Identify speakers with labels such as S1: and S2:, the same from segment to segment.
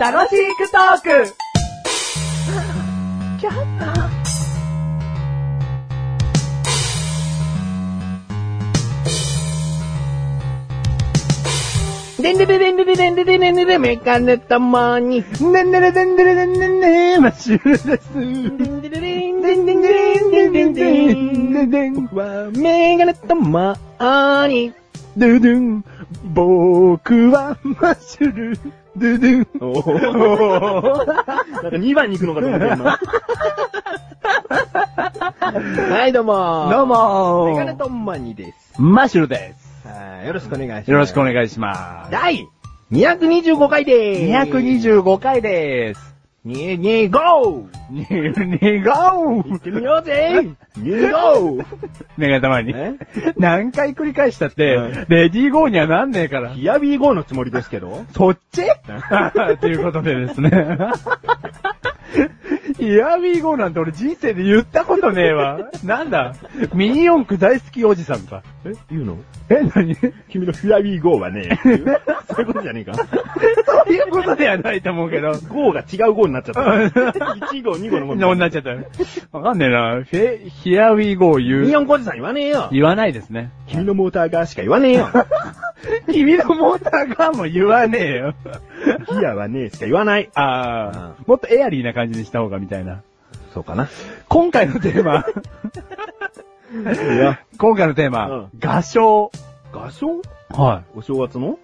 S1: 楽しくトーク
S2: でんでべでんでべでんでべでんでべめかねたまに。ねんでれでんでれでんでんねマッシュルです。でんでれでんでんでんでんでんでんでんでんでんはめがねたまに。ドゥドゥン。僕はマッシュル。ドゥドゥン。
S3: おーなんか2番に行くのかと思った今。
S2: はい、どうも
S4: どう
S2: メ
S4: も
S2: ガネ
S4: ー
S2: トンマニです。
S4: マシュルです。
S2: はい、よろしくお願いします。
S4: よろしくお願いします。
S2: 第225回でーす。
S4: 225回です。
S2: 2 2 5
S4: に、にご
S2: 行っ
S4: ー
S2: てみようぜ !2 5!
S4: メガネたまに。
S2: え
S4: 何回繰り返したって
S2: はい、
S4: レディーゴーにはなんねえから。
S2: ヒアビー GO のつもりですけど
S4: そっ ちということでですね。 イヤービーゴーなんて俺人生で言ったことねえわ。なんだミニ四駆大好きおじさんか。
S3: え言うの
S4: え、何そ
S3: 君のフィアビー GO はね、そう いうことじゃねえか。
S4: ういうことではないと思うけど。
S3: GO が違う GO になっちゃった。1号、2号のもん
S4: こん
S3: だ
S4: ななっちゃった。わかんねえな。フェ、ヒアウィーゴー言う。
S2: !24 コージさん言わねえよ
S4: 言わないですね。
S3: 君のモーターがしか言わねえよ。
S4: 君のモーターガンも言わねえよ。
S3: ギアはねえしか言わない。
S4: ああ、もっとエアリーな感じにした方がみたいな。
S3: そうかな。
S4: 今回のテーマ、
S3: いや、
S4: 今回のテーマ、
S3: う
S4: 画商。
S3: 合唱
S4: は
S3: お正月の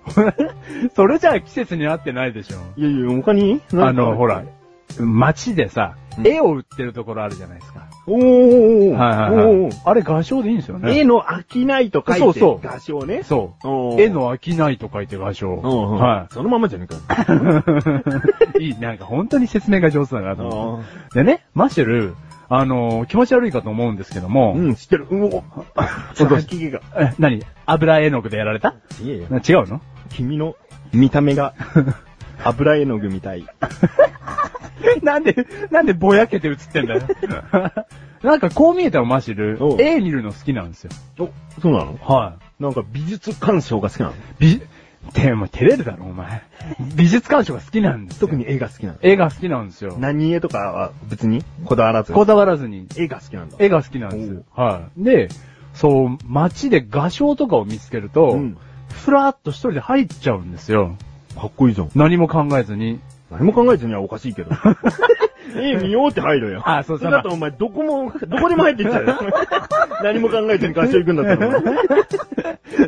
S4: い。 それじゃあ季節に合ってないでしょ。
S3: いやいや、他に
S4: あの、ほら。、街でさ、
S3: うん
S4: 絵を売ってるところあるじゃないですか。
S3: おーおーおー
S4: はいはいはいあれ画商でいいんですよ
S3: おー絵
S4: ね。
S3: の飽きないと書いて、
S4: そうそう
S3: 合唱ね。
S4: そ
S3: お
S4: う。
S3: ー
S4: 絵、の商いと書いて画商。
S3: うんうん
S4: は
S3: そのままじゃねえか。
S4: い。 いい、なんか本当に説明が上手だなと思って。でね、マシュル、あのー気持ち悪いかと思うんですけども、
S3: うん、知ってる。 うん、お
S4: ちょっと
S3: 吐き気が。
S4: え、何油絵の具でやられた
S3: いえよ。
S4: な違うの
S3: 君の見た目 が、油絵の具みたい。
S4: なんで、なんでぼやけて映ってんだよ。 なんかこう見えたらマシル
S3: お、う
S4: 絵見るの好きなんですよ。
S3: お、そうなの
S4: は
S3: なんか美術鑑賞が好きなの
S4: い。美、て、もう照れるだろ、お前。美術鑑賞が好きなんですよ。
S3: 特に絵が好きなの
S4: 絵が好きなんですよ。
S3: 何絵とかは別にこだわらず。
S4: こだわらずに、
S3: 絵が好きなんだ。
S4: 絵が好きなんですよ。はい。で、そう、街で画商とかを見つけると、
S3: うん
S4: ふらーっと一人で入っちゃうんですよ。
S3: かっこいいじゃん。
S4: 何も考えず に。
S3: 何も考えずにはおかしいけ ど。絵見ようって入るよ。
S4: あそう
S3: それだとお前どこも、どこでも入ってっち ゃうよ。何も考えずに合唱行くんだった ら。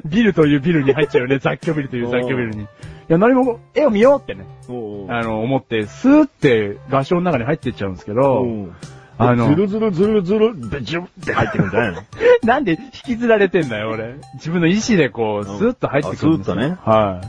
S4: ビルというビルに入っちゃうよね。雑居ビルという雑居ビルに。いや、何も、絵を見ようってね、
S3: おうおう
S4: あの、思って、スーって合唱の中に入っていっちゃうんですけど、
S3: おう
S4: あの
S3: ずるずるずるずる、べじゅって入ってくんじゃないの
S4: なんで引きずられてんだよ、俺。自分の意志でこう、スーッと入ってくるんですよ
S3: あスーッとね
S4: はい。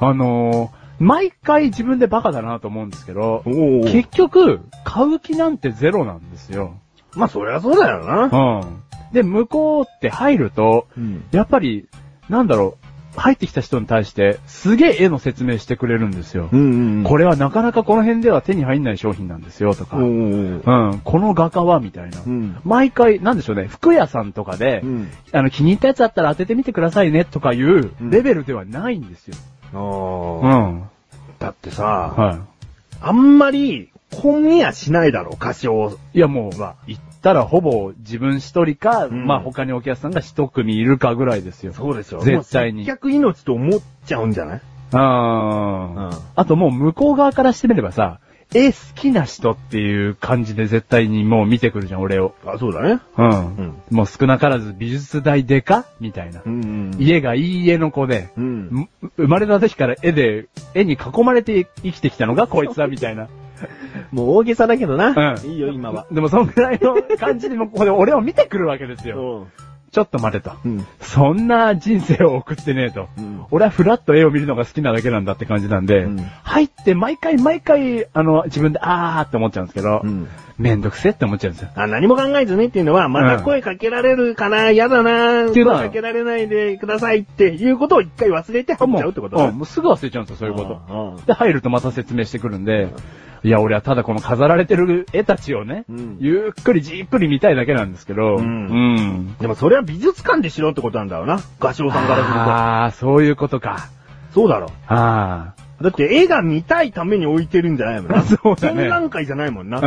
S4: あのー毎回自分でバカだなと思うんですけど、
S3: おうおう
S4: 結局、買う気なんてゼロなんですよ。
S3: まあそりゃそうだよな。
S4: うん。で、向こうって入ると、
S3: うん。
S4: やっぱり、なんだろう、入ってきた人に対して、すげえ絵の説明してくれるんですよ。
S3: ん
S4: これはなかなかこの辺では手に入んない商品なんですよ、とか。
S3: お
S4: う
S3: うおう。
S4: ん、この画家は、みたいな。
S3: うん。
S4: 毎回、なんでしょうね、服屋さんとかで、
S3: うん。
S4: あの、気に入ったやつあったら当ててみてくださいね、とかいう
S3: うん
S4: レベルではないんですよ。う
S3: ああ。
S4: ん。
S3: だってさ、
S4: は
S3: あんまり、混みやしないだろ、歌唱
S4: い。いや、もう、
S3: は。
S4: 行ったらほぼ自分一人か、
S3: うん
S4: まあ他にお客さんが一組いるかぐらいですよ。
S3: そうですよ。
S4: 絶対
S3: も
S4: に
S3: う接客命と思っちゃうんじゃない
S4: あー
S3: うん
S4: あともう向こう側からしてみればさ、絵好きな人っていう感じで絶対にもう見てくるじゃん、俺を。
S3: あ、そうだね。
S4: うん。
S3: うん
S4: もう少なからず美術大でかみたいな。
S3: ん
S4: 家がいい家の子で、
S3: うん。
S4: む生まれた時から絵で、絵に囲まれて生きてきたのがこいつだ、みたいな。
S2: もう大げさだけどな。
S4: うん
S2: いいよ、今は。
S4: でもそのくらいの感じでも、ここで 俺を見てくるわけですよ。
S3: う
S4: ちょっと待てと。
S3: ん。
S4: そんな人生を送ってねえと。
S3: うん。
S4: 俺はフラッと絵を見るのが好きなだけなんだって感じなんで、
S3: うん
S4: 入って毎回毎回、あの、自分であーって思っちゃうんですけど、
S3: うん。
S4: めんどくせえって思っちゃうんですよ。
S3: あ、何も考えずねっていうのは、ま
S4: うん
S3: だ声かけられるかな、嫌だな、
S4: って
S3: 声
S4: いうのは
S3: かけられないでくださいっていうことを一回忘れて入っちゃうってこと
S4: もう
S3: だ
S4: うん、もうすぐ忘れちゃうんですよ、そういうこと。
S3: と
S4: で、入るとまた説明してくるんで、いや、俺はただこの飾られてる絵たちをね、
S3: うん
S4: ゆっくりじっくり見たいだけなんですけど、
S3: うん
S4: うん
S3: でもそれは美術館でしろってことなんだろうな。画商さんからする
S4: ああ、そういうことか。
S3: と。そうだろ。
S4: あ
S3: だって絵が見たいために置いてるんじゃないもん
S4: あ。
S3: な。
S4: そうだ
S3: 展
S4: ね。
S3: 覧会じゃないもんな。
S4: うん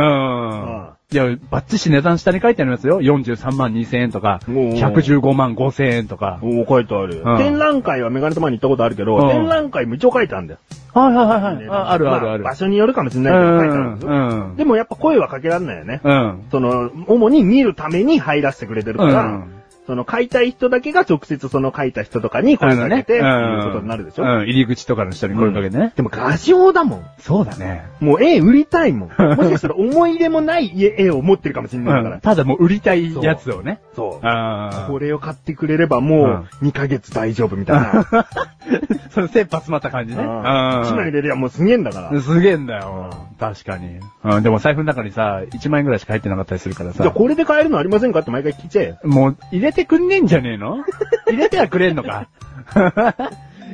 S3: あ。
S4: いや、バッチし値段下に書いてありますよ。43万2000円とか、
S3: おー
S4: 115万5000円とか。
S3: お書いてある。
S4: うん
S3: 展覧会はメガネと前に行ったことあるけど、
S4: うん
S3: 展覧会も一応書いてあるんだよ。
S4: はいはいはい
S3: ね
S4: ああるあるある
S3: ま場。所によるかもしれ
S4: う
S3: ないけど、書いてあるん
S4: ん。
S3: です
S4: う
S3: よ。
S4: ん。
S3: でもやっぱ声はかけられないよね。
S4: うん。
S3: その、主に見るために入らせてくれてるか
S4: う
S3: ら、
S4: ん。
S3: その書いたい人だけが直接その書いた人とかに声かけて、っていうことになるでしょ。
S4: うん。入り口とかの人に声かけてね。
S3: でも画商だもん。
S4: そうだね。
S3: もう絵売りたい もん。もしかしたら思い入れもない絵絵を持ってるかもしれないから。
S4: うんただもう売りたいやつをね。
S3: そう。
S4: あ
S3: これを買ってくれればもう2ヶ月大丈夫みた いな。
S4: あ。 その切羽詰まった感じね。
S3: うん一枚入れりゃもうすげえんだから。
S4: すげえんだよ。確かに。うん、でも財布の中にさ、1万円ぐらいしか入ってなかったりするから
S3: じゃあ
S4: さ。
S3: これで買えるのありませんかって毎回聞いちゃえよ。
S4: もう、入れてくんねえんじゃね えの入れてはくれんのか。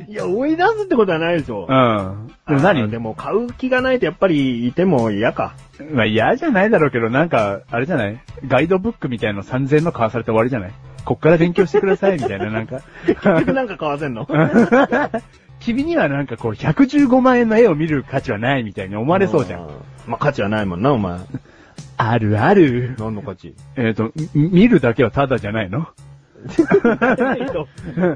S3: いや、追い出すってことはないでしょ。
S4: うん。でも
S3: あー
S4: 何
S3: でも買う気がないとやっぱりいても嫌か。
S4: まあ嫌じゃないだろうけど、なんか、あれじゃないガイドブックみたいなの3000円の買わされて終わりじゃないこっから勉強してください、みたいな、な んか。
S3: 結局なんか買わせんの
S4: 君にはなんかこう、115万円の絵を見る価値はないみたいに思われそうじゃん。。
S3: まあ価値はないもんな、お前。
S4: あるある。
S3: 何の価値
S4: えっ、と、み見るだけはタダじゃないの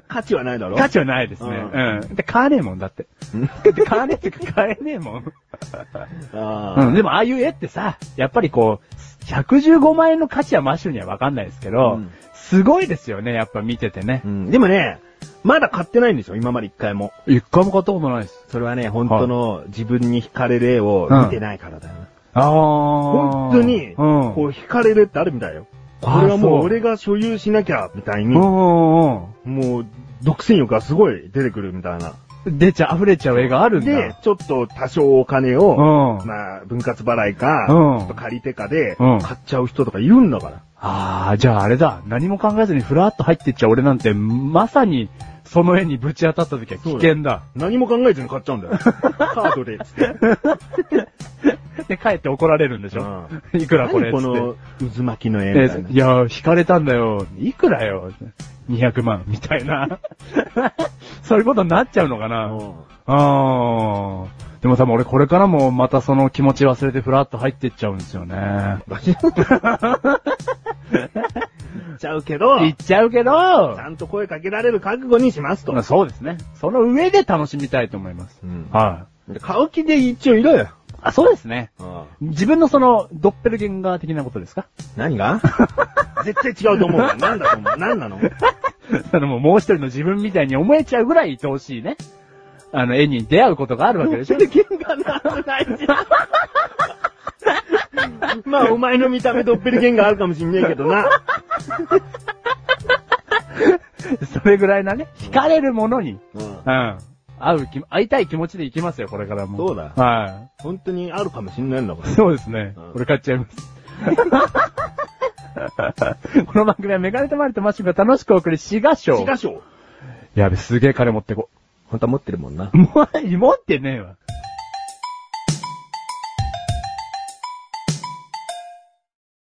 S3: 価値はないだろ
S4: 価値はないですね。
S3: う
S4: うん。で、買わねえもんだって。 だって買わねえっていうか買えねえもん。う
S3: あ
S4: ん。でもああいう絵ってさ、やっぱりこう、115万円の価値はマシュにはわかんないですけど、
S3: うん
S4: すごいですよね、やっぱ見ててね
S3: ーう。んでもね、まだ買ってないんですよ、今まで一回も。
S4: 一回も買ったことないです。
S3: それはね、本当の自分に惹かれる絵を見てないからだよな。
S4: ああ。
S3: 本当に、
S4: うん。
S3: こう惹かれるってあるみたいよ。
S4: あ
S3: これはも
S4: そう
S3: う俺が所有しなきゃ、みたいに
S4: う、んうん
S3: もう、独占欲がすごい出てくるみたいな。
S4: うん。出ちゃ、溢れちゃう絵があるんだ。
S3: で、ちょっと多少お金
S4: う
S3: を、
S4: ん。
S3: まあ、分割払いか、ち
S4: うん
S3: ょっと借り手かで、
S4: うん
S3: 買っちゃう人とかいるんだから。
S4: ああ、じゃああれだ。何も考えずにふらっと入ってっちゃう俺なんて、まさに、その絵にぶち当たった時は危険だ。
S3: 何も考えずに買っちゃうん だよ。カードで、つって。
S4: で、帰って怒られるんでしょ、いくらこれ
S3: 何
S4: っつ
S3: こ
S4: って。
S3: の渦巻きの絵みたい
S4: え
S3: な。
S4: いや、惹かれたんだよ。いくらよ。200万、みたいな。 そういうことになっちゃうのかな。ああ。でも多分俺これからもまたその気持ち忘れてふらっと入ってっちゃうんですよね。
S3: 言っちゃうけ ど、
S4: 行っ
S3: ち
S4: ちゃうけど、
S3: ゃんと声かけられる覚悟にしますと。
S4: そうですね。その上で楽しみたいと思います。
S3: うん
S4: は
S3: 買う気で一応いろよ。
S4: い。あ、そうですね。自分のその、ドッペルゲンガー的なことですか
S3: 何 が絶対違うと思うよ。何だと思う何なの
S4: あの、もうもう一人の自分みたいに思えちゃうぐらい愛おしいね。あの、絵に出会うことがあるわけ でしょ。
S3: ゲンガーないじゃん。まあ、お前の見た目ドッペルゲンガーあるかもしんねえけどな。
S4: それぐらいなね、惹かれるものに、
S3: うん
S4: うん。会う気、会いたい気持ちで行きますよ、これからも。
S3: そうだ
S4: は
S3: 本当にあるかもしんないんだか
S4: い。そうですね
S3: うん。
S4: これ買っちゃいます。 この番組はメガネとマリとマッシュルが楽しくお送り、シガショ
S3: ら。し
S4: ー
S3: かしょ、
S4: やべ、すげえ金持ってこ。
S3: 本当は持ってるもんな。
S4: もう、持ってねえわ。